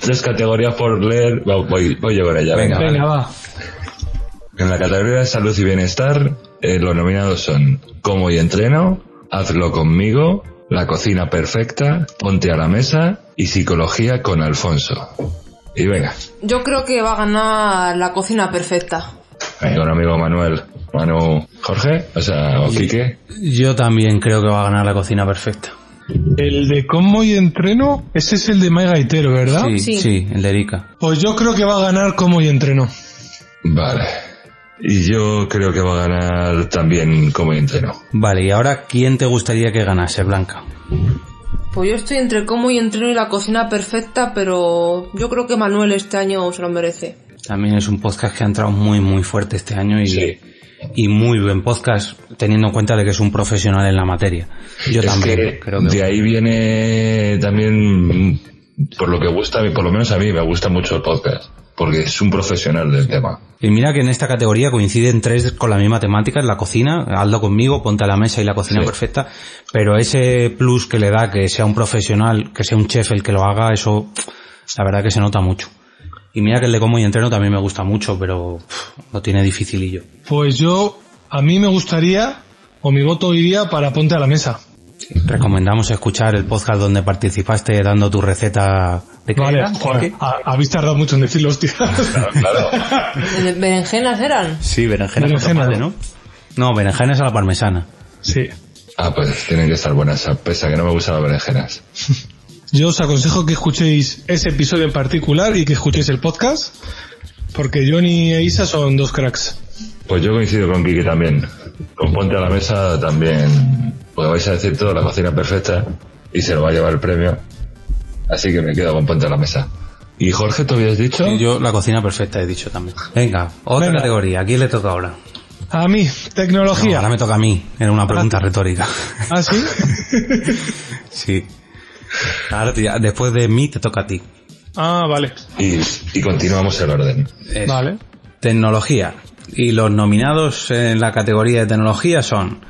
[SPEAKER 3] tres categorías por leer. Va, Voy, voy yo con ella. Venga, vale.
[SPEAKER 1] Venga, va.
[SPEAKER 3] En la categoría de salud y bienestar, eh, los nominados son Como y entreno, Hazlo conmigo, La cocina perfecta, Ponte a la mesa y Psicología con Alfonso. Y venga,
[SPEAKER 2] Yo creo que va a ganar la cocina perfecta.
[SPEAKER 3] ahí con amigo Manuel, Manu, Jorge, o sea, o Quique.
[SPEAKER 4] Yo también creo que va a ganar la cocina perfecta.
[SPEAKER 1] El de como y entreno, ese es el de Mike Gaitero, ¿verdad?
[SPEAKER 4] Sí,
[SPEAKER 2] Sí.
[SPEAKER 4] sí, el de Erika.
[SPEAKER 1] Pues yo creo que va a ganar como y entreno.
[SPEAKER 3] Vale. Y yo creo que va a ganar también Como y entreno.
[SPEAKER 4] Vale, y ahora, ¿quién te gustaría que ganase, Blanca?
[SPEAKER 2] Pues yo estoy entre como y entreno y la cocina perfecta, pero yo creo que Manuel este año se lo merece.
[SPEAKER 4] También es un podcast que ha entrado muy, muy fuerte este año y,
[SPEAKER 3] Sí.
[SPEAKER 4] y muy buen podcast, teniendo en cuenta de que es un profesional en la materia. Yo
[SPEAKER 3] Es
[SPEAKER 4] también
[SPEAKER 3] que
[SPEAKER 4] creo que...
[SPEAKER 3] de ahí viene también mm, por lo que gusta a mí, por lo menos a mí me gusta mucho el podcast porque es un profesional del tema
[SPEAKER 4] Y mira que en esta categoría coinciden tres con la misma temática, en la cocina, Aldo conmigo, ponte a la mesa y la cocina
[SPEAKER 3] Sí.
[SPEAKER 4] perfecta, pero ese plus que le da que sea un profesional, que sea un chef el que lo haga, eso la verdad que se nota mucho. Y mira que el de como y entreno también me gusta mucho, pero pff, lo tiene dificilillo.
[SPEAKER 1] Pues yo, a mí me gustaría, o mi voto iría para Ponte a la Mesa.
[SPEAKER 4] Recomendamos escuchar el podcast donde participaste dando tu receta de qué
[SPEAKER 1] Vale,
[SPEAKER 4] era?
[SPEAKER 1] joder,
[SPEAKER 4] ¿Qué?
[SPEAKER 1] a- habéis tardado mucho en decirlo, hostia.
[SPEAKER 3] claro
[SPEAKER 2] Eh, ¿Berenjenas eran?
[SPEAKER 4] Sí, berenjenas
[SPEAKER 1] Berenjena.
[SPEAKER 4] a la ¿no? No, berenjenas a la parmesana.
[SPEAKER 1] sí.
[SPEAKER 3] ah pues tienen que estar buenas pese a que no me gustan las berenjenas
[SPEAKER 1] Yo os aconsejo que escuchéis ese episodio en particular y que escuchéis el podcast, porque Johnny e Isa son dos cracks.
[SPEAKER 3] pues yo coincido con Kiki también con Ponte a la Mesa también porque vais a decir todo la cocina perfecta y se lo va a llevar el premio así que me quedo con Ponte a la Mesa y Jorge te habías dicho
[SPEAKER 4] Y Yo la cocina perfecta he dicho también. Venga, otra
[SPEAKER 1] Venga.
[SPEAKER 4] categoría, ¿a quién le toca ahora?
[SPEAKER 1] A mí,
[SPEAKER 4] No,
[SPEAKER 1] tecnología.
[SPEAKER 4] ahora me toca a mí. Era una pregunta retórica.
[SPEAKER 1] ¿Ah, sí?
[SPEAKER 4] Sí. Ahora te- después de mí te toca a ti.
[SPEAKER 1] Ah, vale.
[SPEAKER 3] y, y continuamos el orden
[SPEAKER 4] Eh,
[SPEAKER 1] Vale.
[SPEAKER 4] Tecnología. Y los nominados en la categoría de tecnología son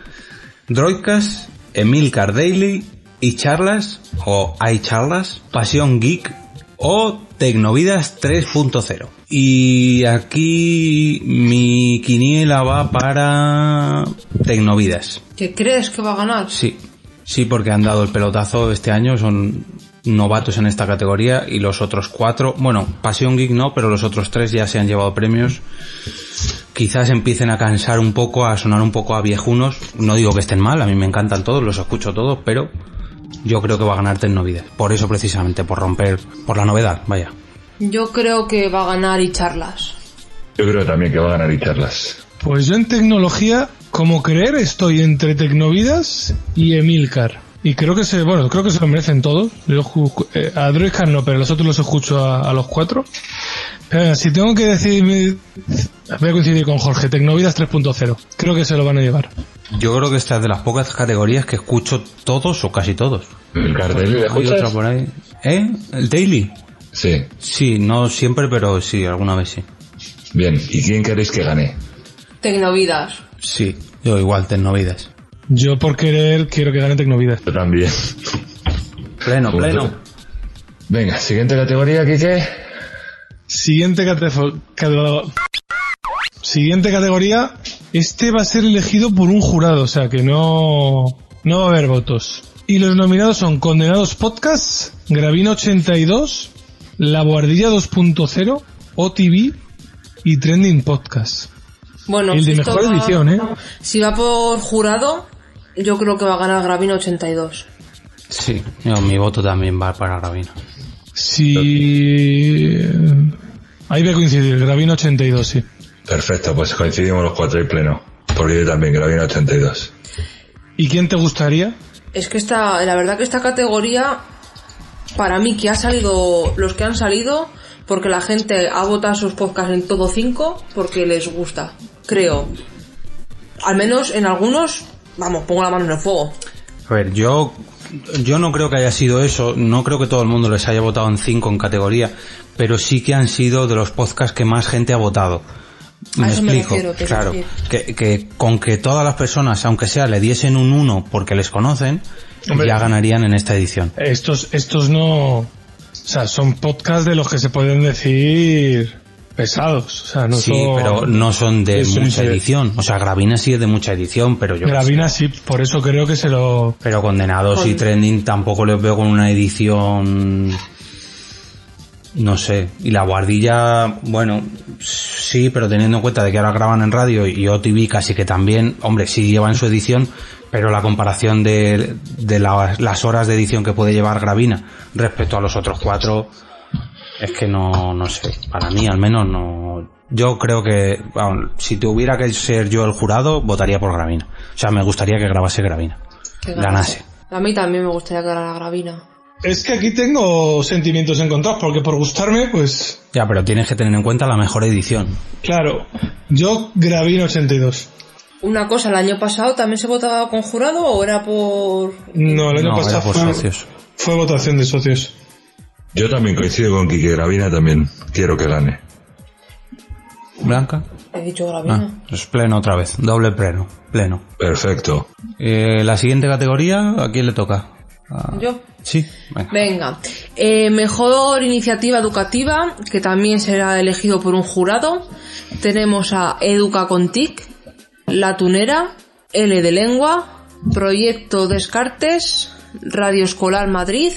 [SPEAKER 4] Droidcast, Emilcar Daily, y charlas o hay charlas, Pasión Geek o Tecnovidas 3.0. Y aquí mi quiniela va para Tecnovidas.
[SPEAKER 2] ¿Qué crees que va a ganar?
[SPEAKER 4] Sí, sí, porque han dado el pelotazo este año, son novatos en esta categoría y los otros cuatro, bueno, Pasión Geek no, pero los otros tres ya se han llevado premios. Quizás empiecen a cansar un poco, a sonar un poco a viejunos. No digo que estén mal, a mí me encantan todos, los escucho todos, pero yo creo que va a ganar Tecnovides. Por eso precisamente, por romper, por la novedad, vaya.
[SPEAKER 2] Yo creo que va a ganar y charlas.
[SPEAKER 3] yo creo también que va a ganar y charlas
[SPEAKER 1] Pues yo en tecnología, como creer, estoy entre Tecnovidas y Emilcar. Y creo que se, bueno, creo que se lo merecen todos. Yo ju- eh, a Droidcast no, pero los otros los escucho a, a los cuatro. Pero venga, si tengo que decidirme, voy a coincidir con Jorge, Tecnovidas 3.0. Creo que se lo van a llevar.
[SPEAKER 4] Yo creo que esta es de las pocas categorías que escucho todos o casi todos.
[SPEAKER 3] el
[SPEAKER 4] Pues,
[SPEAKER 3] cartel de
[SPEAKER 4] Hay otra por ahí. ¿Eh? ¿El Daily?
[SPEAKER 3] sí
[SPEAKER 4] Sí, no siempre, pero sí, alguna vez sí.
[SPEAKER 3] Bien, ¿y quién queréis que gane?
[SPEAKER 2] Tecnovidas.
[SPEAKER 4] Sí, yo igual, Tecnovidas.
[SPEAKER 1] Yo por querer quiero que gane Tecnovidas.
[SPEAKER 3] Yo también.
[SPEAKER 4] Pleno,
[SPEAKER 3] Como
[SPEAKER 4] pleno.
[SPEAKER 3] tú. Venga, siguiente categoría, Kike.
[SPEAKER 1] Siguiente categoría. Siguiente categoría. Este va a ser elegido por un jurado, o sea que no, no va a haber votos. Y los nominados son Condenados Podcast, Gravina 82, La Guardilla 2.0, OTV y Trending Podcast.
[SPEAKER 2] Bueno,
[SPEAKER 1] El de
[SPEAKER 2] esto
[SPEAKER 1] mejor
[SPEAKER 2] va-
[SPEAKER 1] edición, ¿eh?
[SPEAKER 2] Si va por jurado, yo creo que va a ganar Gravina 82.
[SPEAKER 4] Sí, yo, mi voto también va para Gravina.
[SPEAKER 1] Si... Ahí voy a coincidir, Gravina 82, sí.
[SPEAKER 3] Perfecto, pues coincidimos los cuatro y pleno. Porque yo también, que lo vi en 82.
[SPEAKER 1] ¿Y quién te gustaría?
[SPEAKER 2] Es que esta, la verdad que esta categoría, para mí que ha salido, los que han salido, porque la gente ha votado sus podcasts en todo 5, porque les gusta, creo. Al menos en algunos, vamos, pongo la mano en el fuego.
[SPEAKER 4] A ver, yo, yo no creo que haya sido eso, no creo que todo el mundo les haya votado en 5 en categoría, pero sí que han sido de los podcasts que más gente ha votado.
[SPEAKER 2] A
[SPEAKER 4] Me
[SPEAKER 2] eso me
[SPEAKER 4] explico,
[SPEAKER 2] refiero, que
[SPEAKER 4] claro,
[SPEAKER 2] sí,
[SPEAKER 4] que, que con que todas las personas, aunque sea, le diesen un 1 porque les conocen,
[SPEAKER 1] Hombre.
[SPEAKER 4] ya ganarían en esta edición.
[SPEAKER 1] Estos, estos no. O sea, son podcasts de los que se pueden decir pesados. O sea, no
[SPEAKER 4] sí,
[SPEAKER 1] son-
[SPEAKER 4] pero no son de
[SPEAKER 1] Eso
[SPEAKER 4] mucha
[SPEAKER 1] es.
[SPEAKER 4] edición. O sea, Gravina sí es de mucha edición, pero yo... qué
[SPEAKER 1] Gravina
[SPEAKER 4] sé.
[SPEAKER 1] sí, por eso creo que se lo.
[SPEAKER 4] Pero Condenados y
[SPEAKER 2] Con-
[SPEAKER 4] Trending tampoco los veo con una edición... No sé. Y La Guardilla, bueno, sí, pero teniendo en cuenta de que ahora graban en radio y OTV casi que también, hombre, sí llevan su edición, pero la comparación de, de la- las horas de edición que puede llevar Gravina respecto a los otros cuatro... Es que no, no sé. Para mí, al menos, no. Yo creo que, vamos, si tuviera que ser yo el jurado, votaría por Gravina. O sea, me gustaría que grabase Gravina.
[SPEAKER 2] Que
[SPEAKER 4] Ganase.
[SPEAKER 2] A mí también me gustaría que ganara Gravina.
[SPEAKER 1] Es que aquí tengo sentimientos encontrados, porque por gustarme, pues.
[SPEAKER 4] Ya, pero tienes que tener en cuenta la mejor edición.
[SPEAKER 1] Claro, yo Gravina 82.
[SPEAKER 2] Una cosa, el año pasado también se votaba con jurado o era por...
[SPEAKER 1] No, el año
[SPEAKER 4] No, era
[SPEAKER 1] pasado
[SPEAKER 4] por
[SPEAKER 1] fue,
[SPEAKER 4] socios.
[SPEAKER 1] fue votación de socios.
[SPEAKER 3] Yo también coincido con Quique Gravina, también quiero que gane.
[SPEAKER 4] Blanca.
[SPEAKER 2] He dicho
[SPEAKER 4] Ah,
[SPEAKER 2] Gravina.
[SPEAKER 4] es pleno otra vez. Doble pleno. Pleno.
[SPEAKER 3] Perfecto.
[SPEAKER 4] Eh, la siguiente categoría, ¿a quién le toca? Ah,
[SPEAKER 2] Yo.
[SPEAKER 4] Sí. venga.
[SPEAKER 2] Venga, Eh, mejor iniciativa educativa, que también será elegido por un jurado. Tenemos a Educa con TIC, La Tunera, L de Lengua, Proyecto Descartes, Radio Escolar Madrid,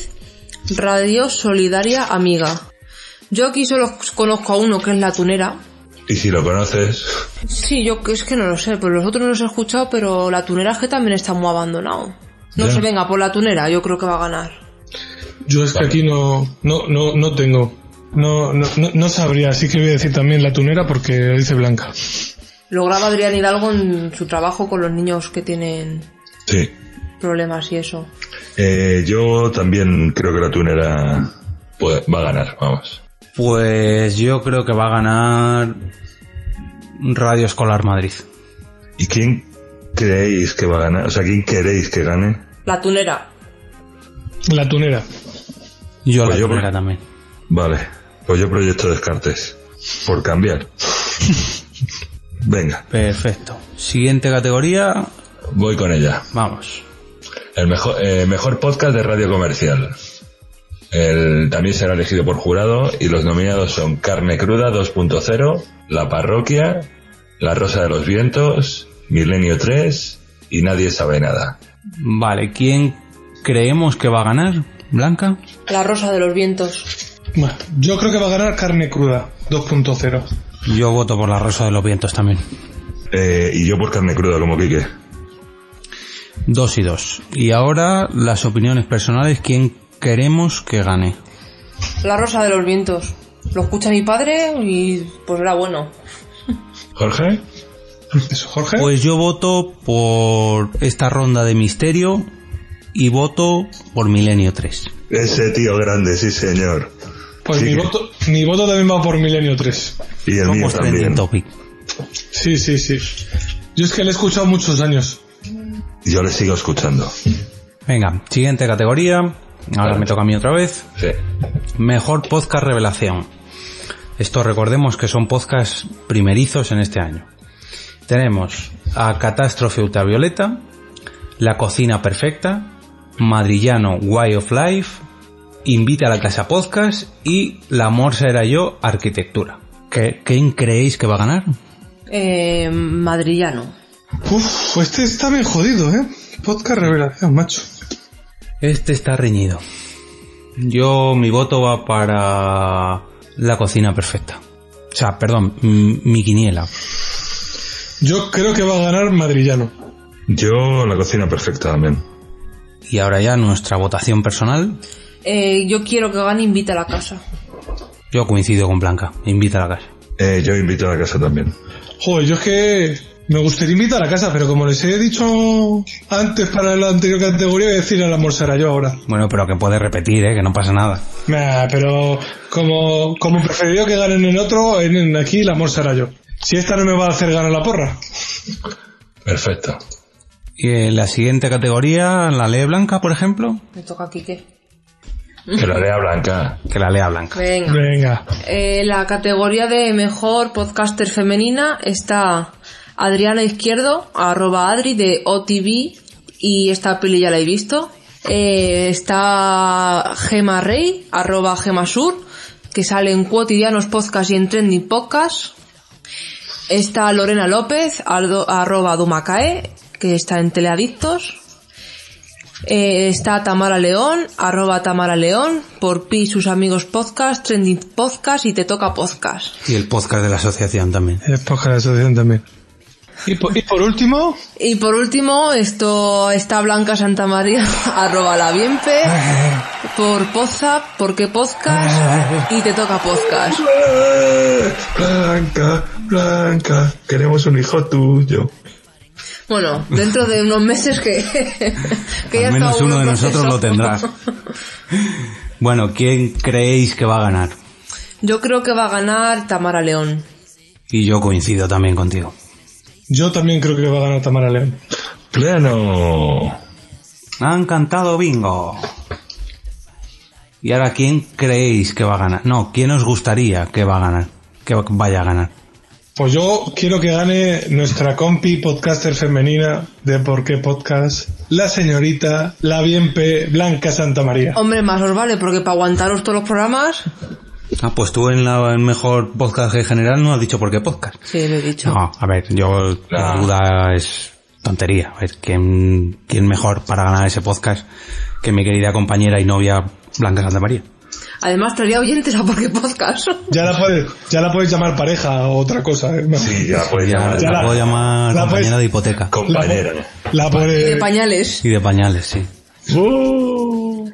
[SPEAKER 2] Radio Solidaria Amiga. Yo aquí solo conozco a uno que es La Tunera.
[SPEAKER 3] Y si lo conoces,
[SPEAKER 2] Sí, yo que- es que no lo sé, pero los otros no los he escuchado, pero La Tunera es que también está muy abandonado. No
[SPEAKER 3] Ya.
[SPEAKER 2] sé, venga, por La Tunera, yo creo que va a ganar.
[SPEAKER 1] Yo es que aquí no, no, no, no tengo. No, no, no- no sabría, así que voy a decir también la tunera porque lo dice Blanca.
[SPEAKER 2] Lo graba Adrián Hidalgo en su trabajo con los niños que tienen
[SPEAKER 3] sí.
[SPEAKER 2] problemas y eso.
[SPEAKER 3] Eh, yo también creo que la tunera puede- va a ganar, vamos.
[SPEAKER 4] Pues yo creo que va a ganar Radio Escolar Madrid.
[SPEAKER 3] ¿Y quién creéis que va a ganar? O sea, ¿quién queréis que gane?
[SPEAKER 2] La tunera.
[SPEAKER 1] La tunera.
[SPEAKER 4] Yo
[SPEAKER 3] Pues
[SPEAKER 4] la
[SPEAKER 3] yo-
[SPEAKER 4] primera también.
[SPEAKER 3] Vale, pues yo proyecto Descartes. Por cambiar. Venga,
[SPEAKER 4] Perfecto. Siguiente categoría,
[SPEAKER 3] voy con ella.
[SPEAKER 4] vamos.
[SPEAKER 3] El mejor, eh, mejor podcast de radio comercial. El, también será elegido por jurado y los nominados son Carne Cruda 2.0, La Parroquia, La Rosa de los Vientos, Milenio 3 y Nadie Sabe Nada.
[SPEAKER 4] Vale, ¿quién creemos que va a ganar? ¿Blanca?
[SPEAKER 2] La rosa de los vientos.
[SPEAKER 1] Bueno, yo creo que va a ganar carne cruda 2.0.
[SPEAKER 4] Yo voto por la Rosa de los Vientos también.
[SPEAKER 3] Eh, y yo por Carne Cruda, como Quique.
[SPEAKER 4] Dos y dos. Y ahora las opiniones personales, ¿quién queremos que gane?
[SPEAKER 3] ¿Eh?
[SPEAKER 2] La rosa de los vientos. Lo escucha mi padre y pues era bueno.
[SPEAKER 3] ¿Jorge?
[SPEAKER 1] ¿Eso, Jorge?
[SPEAKER 4] Pues yo voto por esta ronda de misterio y voto por Milenio 3.
[SPEAKER 3] Ese tío grande, sí señor.
[SPEAKER 1] Pues
[SPEAKER 3] Sí,
[SPEAKER 1] mi,
[SPEAKER 3] que-
[SPEAKER 1] voto, mi voto también va por Milenio 3.
[SPEAKER 3] Y el mío
[SPEAKER 4] Somos
[SPEAKER 3] también.
[SPEAKER 4] este trending topic.
[SPEAKER 1] Sí, sí, sí. Yo es que le he escuchado muchos años.
[SPEAKER 3] Yo le sigo escuchando.
[SPEAKER 4] Venga, siguiente categoría. Ahora me toca a mí otra vez.
[SPEAKER 3] Sí.
[SPEAKER 4] Mejor podcast revelación. Esto recordemos que son podcasts primerizos en este año. Tenemos a Catástrofe Ultravioleta, La Cocina Perfecta, Madrillano Way of Life, Invita a la Casa Podcast y La Morsa era yo Arquitectura. ¿Qué, ¿Quién creéis que va a ganar?
[SPEAKER 2] Eh, madrillano.
[SPEAKER 1] Uf, pues este está bien jodido, ¿eh? Podcast revelación, macho.
[SPEAKER 4] Este está reñido. Yo, mi voto va para La Cocina Perfecta. O sea, perdón, m- mi quiniela.
[SPEAKER 1] Yo creo que va a ganar Madrillano.
[SPEAKER 3] Yo la cocina perfecta también.
[SPEAKER 4] Y ahora ya nuestra votación personal.
[SPEAKER 2] Eh, yo quiero que gane invita a la casa.
[SPEAKER 4] Yo coincido con Blanca. Invita a la casa.
[SPEAKER 3] Eh, yo invito a la casa también.
[SPEAKER 1] Joder, yo es que me gustaría invitar a la casa, pero como les he dicho antes para la anterior categoría, voy a decir a la morsera yo ahora.
[SPEAKER 4] Bueno, pero que puede repetir, ¿eh? que no pasa nada.
[SPEAKER 1] Nah, pero como, como preferiría que ganen en otro, en, en aquí la morsera yo. Si esta no me va a hacer ganar la porra.
[SPEAKER 3] Perfecto.
[SPEAKER 4] Y eh, la siguiente categoría, la ley blanca, por ejemplo.
[SPEAKER 2] Me toca a Quique.
[SPEAKER 3] Que la lea Blanca.
[SPEAKER 4] Que la lea Blanca.
[SPEAKER 2] Venga.
[SPEAKER 1] Venga.
[SPEAKER 2] Eh, la categoría de mejor podcaster femenina está Adriana Izquierdo, arroba Adri de OTV, y esta peli ya la he visto. Eh, está Gema Rey, arroba Gema Sur, que sale en Cuotidianos Podcast y en Trending Podcast. Está Lorena López, ardo- arroba Dumacae, que está en Teleadictos. Eh, está Tamara León, arroba Tamara León, por Pi y sus amigos podcast, Trending Podcast y Te Toca Podcast.
[SPEAKER 4] Y el podcast de la asociación también.
[SPEAKER 1] Es podcast de la asociación también. Y por, y por último,
[SPEAKER 2] Y por último, esto está Blanca Santa María, arroba la Bienpe, por Poza, porque podcast y Te Toca Podcast.
[SPEAKER 3] Blanca, Blanca, queremos un hijo tuyo.
[SPEAKER 2] Bueno, dentro de unos meses que, que ya
[SPEAKER 4] Al
[SPEAKER 2] está
[SPEAKER 4] menos
[SPEAKER 2] uno
[SPEAKER 4] uno de
[SPEAKER 2] en
[SPEAKER 4] nosotros
[SPEAKER 2] proceso.
[SPEAKER 4] lo tendrá. Bueno, ¿quién creéis que va a ganar?
[SPEAKER 2] Yo creo que va a ganar Tamara León.
[SPEAKER 4] Y yo coincido también contigo.
[SPEAKER 1] yo también creo que va a ganar Tamara León.
[SPEAKER 3] Pleno.
[SPEAKER 4] Han cantado bingo. Y ahora, ¿quién creéis que va a ganar? No, ¿quién os gustaría que va a ganar? Que vaya a ganar.
[SPEAKER 1] Pues yo quiero que gane nuestra compi podcaster femenina de Por qué Podcast, la señorita, la bien P, Blanca Santa María.
[SPEAKER 2] Hombre, más os vale, porque para aguantaros todos los programas...
[SPEAKER 4] Ah, pues tú en la en mejor podcast en general no has dicho por qué podcast.
[SPEAKER 2] Sí, lo he dicho.
[SPEAKER 4] No, a ver, yo la
[SPEAKER 3] No.
[SPEAKER 4] duda es tontería. A ver, ¿quién, ¿quién mejor para ganar ese podcast que mi querida compañera y novia Blanca Santa María?
[SPEAKER 2] Además, traería oyentes a Porque Podcast.
[SPEAKER 1] Ya la puedes, ya la puedes llamar pareja o otra cosa. ¿eh?
[SPEAKER 3] Sí, ya pues. puedes
[SPEAKER 4] Ya,
[SPEAKER 3] llamar.
[SPEAKER 1] ya
[SPEAKER 4] la,
[SPEAKER 1] la-
[SPEAKER 4] puedo llamar
[SPEAKER 1] la
[SPEAKER 4] compañera
[SPEAKER 1] puedes-
[SPEAKER 4] de hipoteca.
[SPEAKER 3] Compañera.
[SPEAKER 1] La
[SPEAKER 2] Y de
[SPEAKER 1] puedes...
[SPEAKER 2] pañales.
[SPEAKER 4] Y de pañales, sí.
[SPEAKER 3] Uh.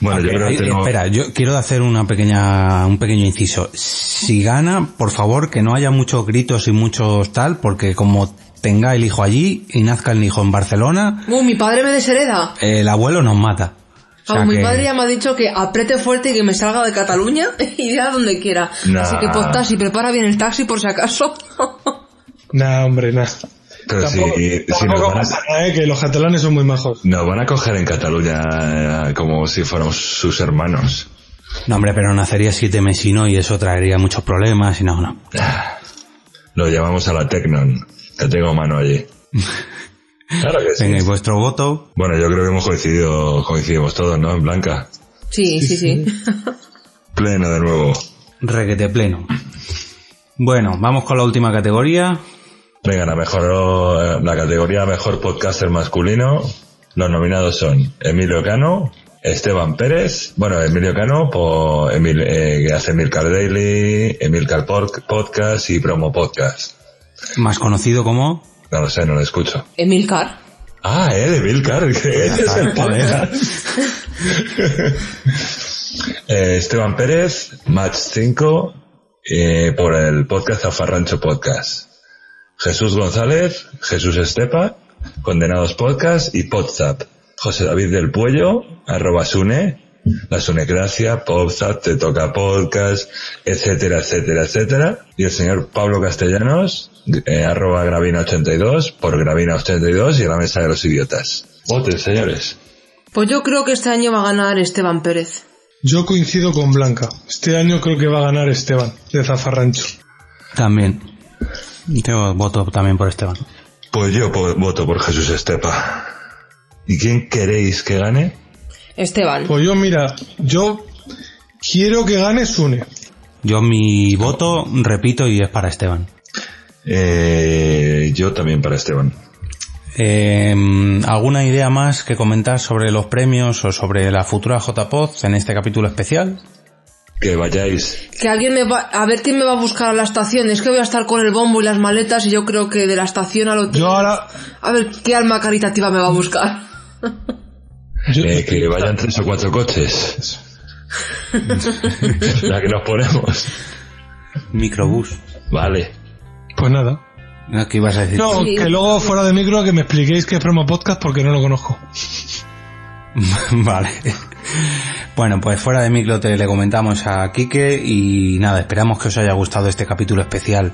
[SPEAKER 3] Bueno, yo creo
[SPEAKER 4] Eh,
[SPEAKER 3] que tengo-
[SPEAKER 4] Espera, yo quiero hacer una pequeña, un pequeño inciso. Si gana, por favor, que no haya muchos gritos y muchos tal, porque como tenga el hijo allí y nazca el hijo en Barcelona,
[SPEAKER 2] Uh, mi padre me deshereda.
[SPEAKER 4] el abuelo nos mata. O sea
[SPEAKER 2] Vamos, mi
[SPEAKER 4] que-
[SPEAKER 2] padre ya me ha dicho que apriete fuerte y que me salga de Cataluña y iré a donde quiera.
[SPEAKER 3] Nah.
[SPEAKER 2] Así que podcast y prepara bien el taxi por si acaso.
[SPEAKER 1] Nah, hombre, nah.
[SPEAKER 3] Pero si,
[SPEAKER 1] tampoco
[SPEAKER 3] si nos,
[SPEAKER 1] tampoco
[SPEAKER 3] van
[SPEAKER 1] pasa
[SPEAKER 3] a,
[SPEAKER 1] nada, ¿eh? que los catalanes son muy majos.
[SPEAKER 3] nos van a coger en Cataluña eh, como si fuéramos sus hermanos.
[SPEAKER 4] No, hombre, pero nacería siete mesino y eso traería muchos problemas y no, no.
[SPEAKER 3] Lo llamamos a la Tecnon. Te tengo mano allí. Claro que sí.
[SPEAKER 4] Venga, y vuestro voto,
[SPEAKER 3] Bueno, yo creo que hemos coincidido, coincidimos todos, ¿no? En Blanca.
[SPEAKER 2] Sí, sí, sí.
[SPEAKER 3] Pleno de nuevo.
[SPEAKER 4] requete pleno. Bueno, vamos con la última categoría.
[SPEAKER 3] Venga, la mejor, eh, la categoría mejor podcaster masculino. Los nominados son Emilio Cano, Esteban Pérez, bueno, Emilio Cano, por Emil, eh, que hace Emilcar Daily, Emilcar Pod- Podcast y Promo Podcast.
[SPEAKER 4] Más conocido como...
[SPEAKER 3] No lo sé, no lo escucho.
[SPEAKER 2] Emilcar.
[SPEAKER 3] Ah, eh, de Emilcar, que ese es el
[SPEAKER 4] Joder.
[SPEAKER 3] Eh, Esteban Pérez, Match 5, eh, por el podcast Afarrancho Podcast. Jesús González, Jesús Estepa, Condenados Podcast y Podzap. José David del Puello, arroba Sune, La Sunecracia, Podzap, Te Toca Podcast, etcétera, etcétera, etcétera. Y el señor Pablo Castellanos, eh, arroba Gravina82, por Gravina82 y la Mesa de los Idiotas. Voten, señores.
[SPEAKER 2] Pues yo creo que este año va a ganar Esteban Pérez.
[SPEAKER 1] Yo coincido con Blanca. Este año creo que va a ganar Esteban, de Zafarrancho.
[SPEAKER 4] También. Yo voto también por Esteban.
[SPEAKER 3] Pues yo po- voto por Jesús Estepa. ¿Y quién queréis que gane?
[SPEAKER 2] Esteban.
[SPEAKER 1] Pues yo, mira, yo quiero que gane Sune.
[SPEAKER 4] Yo mi voto, repito, y es para Esteban.
[SPEAKER 3] Eh, yo también para Esteban.
[SPEAKER 4] Eh, ¿Alguna idea más que comentar sobre los premios o sobre la futura JPOD en este capítulo especial?
[SPEAKER 3] Que vayáis.
[SPEAKER 2] Que alguien me va... A ver quién me va a buscar a la estación. Es que voy a estar con el bombo y las maletas y yo creo que de la estación al hotel...
[SPEAKER 1] Yo ahora...
[SPEAKER 2] A ver qué alma caritativa me va a buscar.
[SPEAKER 1] yo-
[SPEAKER 3] eh, que vayan tres o cuatro coches. La que nos ponemos.
[SPEAKER 4] Microbús.
[SPEAKER 3] Vale.
[SPEAKER 1] Pues nada.
[SPEAKER 4] No, ¿Qué ibas a decir?
[SPEAKER 1] No,
[SPEAKER 2] Sí.
[SPEAKER 1] que luego fuera de micro que me expliquéis qué es promo podcast porque no lo conozco.
[SPEAKER 4] vale. Bueno, pues fuera de micro te le comentamos a Quique y nada, esperamos que os haya gustado este capítulo especial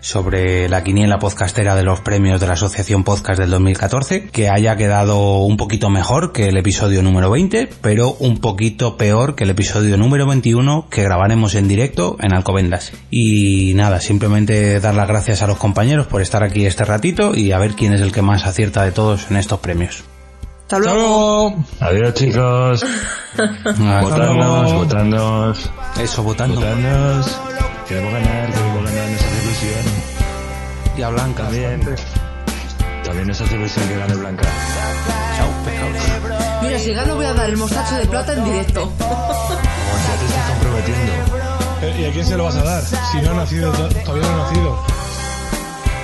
[SPEAKER 4] sobre la quiniela podcastera de los premios de la Asociación Podcast del 2014, que haya quedado un poquito mejor que el episodio número 20, pero un poquito peor que el episodio número 21 que grabaremos en directo en Alcobendas. Y nada, simplemente dar las gracias a los compañeros por estar aquí este ratito y a ver quién es el que más acierta de todos en estos premios.
[SPEAKER 2] Hasta
[SPEAKER 1] Hasta
[SPEAKER 2] luego.
[SPEAKER 1] luego.
[SPEAKER 3] Adiós, chicos. Votadnos,
[SPEAKER 1] luego.
[SPEAKER 3] votadnos,
[SPEAKER 4] Eso, votando.
[SPEAKER 3] votadnos. Queremos ganar, queremos ganar, nos hace ilusión.
[SPEAKER 4] Y a Blanca.
[SPEAKER 3] También. También nos hace ilusión que gane Blanca.
[SPEAKER 4] Chao, pescado.
[SPEAKER 2] Mira, si gano voy a dar el mostacho de plata en directo.
[SPEAKER 3] Ya te estás comprometiendo.
[SPEAKER 1] Eh, ¿Y a quién se lo vas a dar? Si no ha nacido, to- todavía no ha nacido.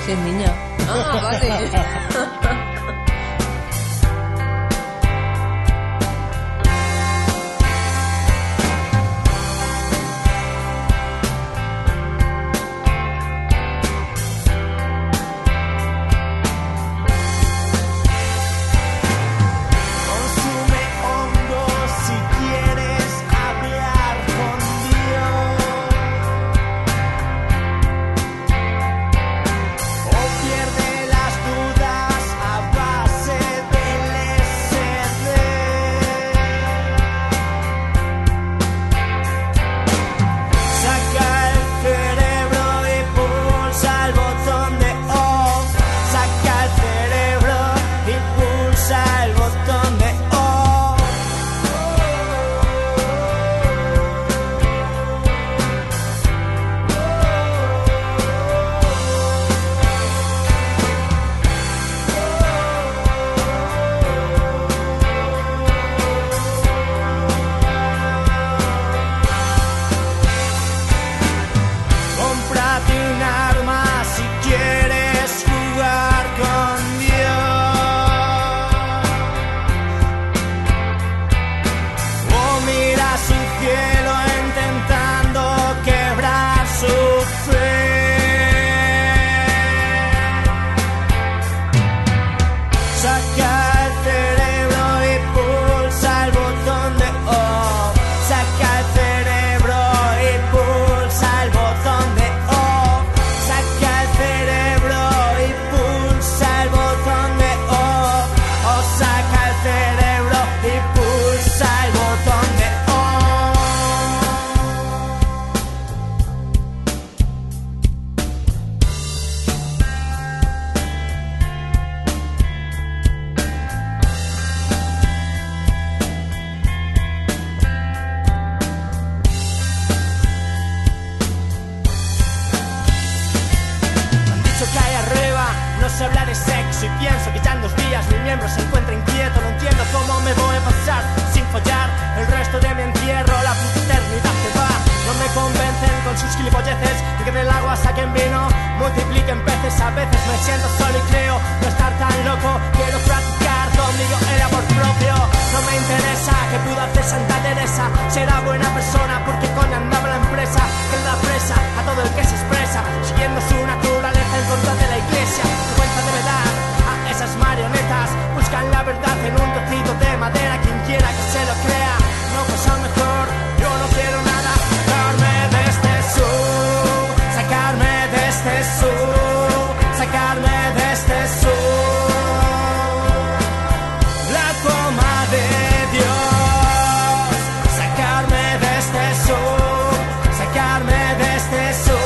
[SPEAKER 2] Si es niña. Ah, vale.
[SPEAKER 7] Consume hondo si quieres hablar con Dios. O pierde las dudas a base del SD. Saca el cerebro y pulsa el botón de off. Saca el cerebro y pulsa el botón de off. Cómprate un arma si quieres jugar con Dios. O mira su cielo intentando quebrar su fe. Saca el cerebro y pulsa el botón de O. Saca el cerebro y pulsa el botón de O. Saca el cerebro y pulsa el botón de O. O saca el cerebro y pulsa el botón de O. Dicho que hay arriba no se habla de sexo y pienso que ya en dos días mi miembro se encuentra inquieto. No entiendo cómo me voy a pasar sin follar el resto de mi entierro. La puta eternidad que va. No me convencen con sus gilipolleces de que del agua saquen vino, multipliquen peces. A veces me siento solo y creo no estar tan loco. Quiero practicar conmigo el amor propio. No me interesa que pudo hacer Santa Teresa. Será buena persona porque coño andaba la empresa. Que la presa a todo el que se expresa. Siguiendo su naturaleza en contra de la iglesia. Vergüenza de verdad a esas marionetas. Buscan la verdad en un trocito de madera. Quien quiera que se lo crea, no pasa mejor. Yo no quiero nada. Sacarme de este sur. Sacarme de este sur. Sacarme de este sur la coma de Dios. Sacarme de este sol, sacarme de este sol.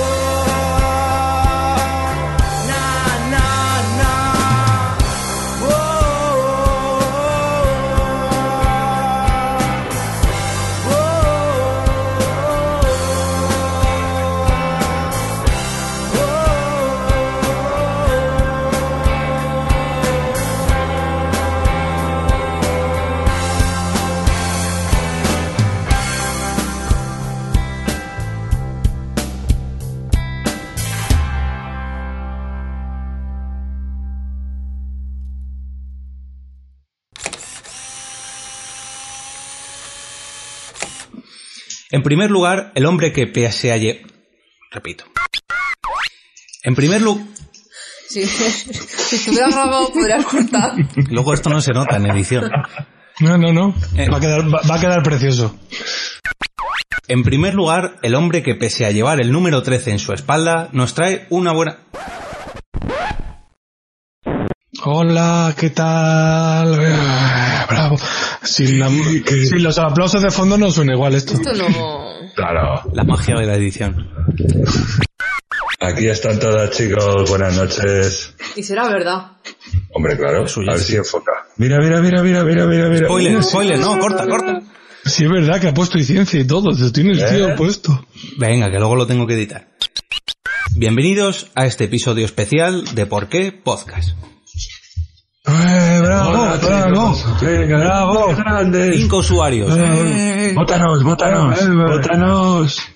[SPEAKER 7] Na, na, na. Oh, oh, oh. Oh, oh, oh.
[SPEAKER 4] En primer lugar, el hombre que pese a lle- Repito. En primer lugar...
[SPEAKER 2] Si, si estuvieras grabado podrías cortar.
[SPEAKER 4] Luego esto no se nota en edición.
[SPEAKER 1] No, no, no.
[SPEAKER 4] Eh.
[SPEAKER 1] Va a quedar, va, va a quedar precioso.
[SPEAKER 4] En primer lugar, el hombre que pese a llevar el número 13 en su espalda, nos trae una buena...
[SPEAKER 1] Hola, ¿qué tal? Bravo. Sin, la- sin los aplausos de fondo no suena igual esto.
[SPEAKER 2] Esto no...
[SPEAKER 3] Claro.
[SPEAKER 4] La magia de la edición.
[SPEAKER 3] Aquí están todas, chicos. Buenas noches.
[SPEAKER 2] Y será verdad.
[SPEAKER 3] Hombre, claro.
[SPEAKER 4] Eso ya
[SPEAKER 3] A ver
[SPEAKER 4] sí.
[SPEAKER 3] si enfoca. Mira, mira, mira, mira, mira, mira, mira.
[SPEAKER 4] Spoiler, spoiler, no, corta, corta.
[SPEAKER 1] Si es verdad que ha puesto y ciencia y todo, te tienes
[SPEAKER 3] ¿Eh?
[SPEAKER 1] tío puesto.
[SPEAKER 4] Venga, que luego lo tengo que editar. Bienvenidos a este episodio especial de Por qué Podcast.
[SPEAKER 1] Eh, bravo,
[SPEAKER 3] Hola,
[SPEAKER 1] bravo,
[SPEAKER 3] chicos.
[SPEAKER 1] Venga, bravo.
[SPEAKER 3] Grandes.
[SPEAKER 4] Cinco usuarios.
[SPEAKER 1] Eh,
[SPEAKER 3] Vótanos, vótanos,
[SPEAKER 1] Eh, eh, eh.
[SPEAKER 3] vótanos.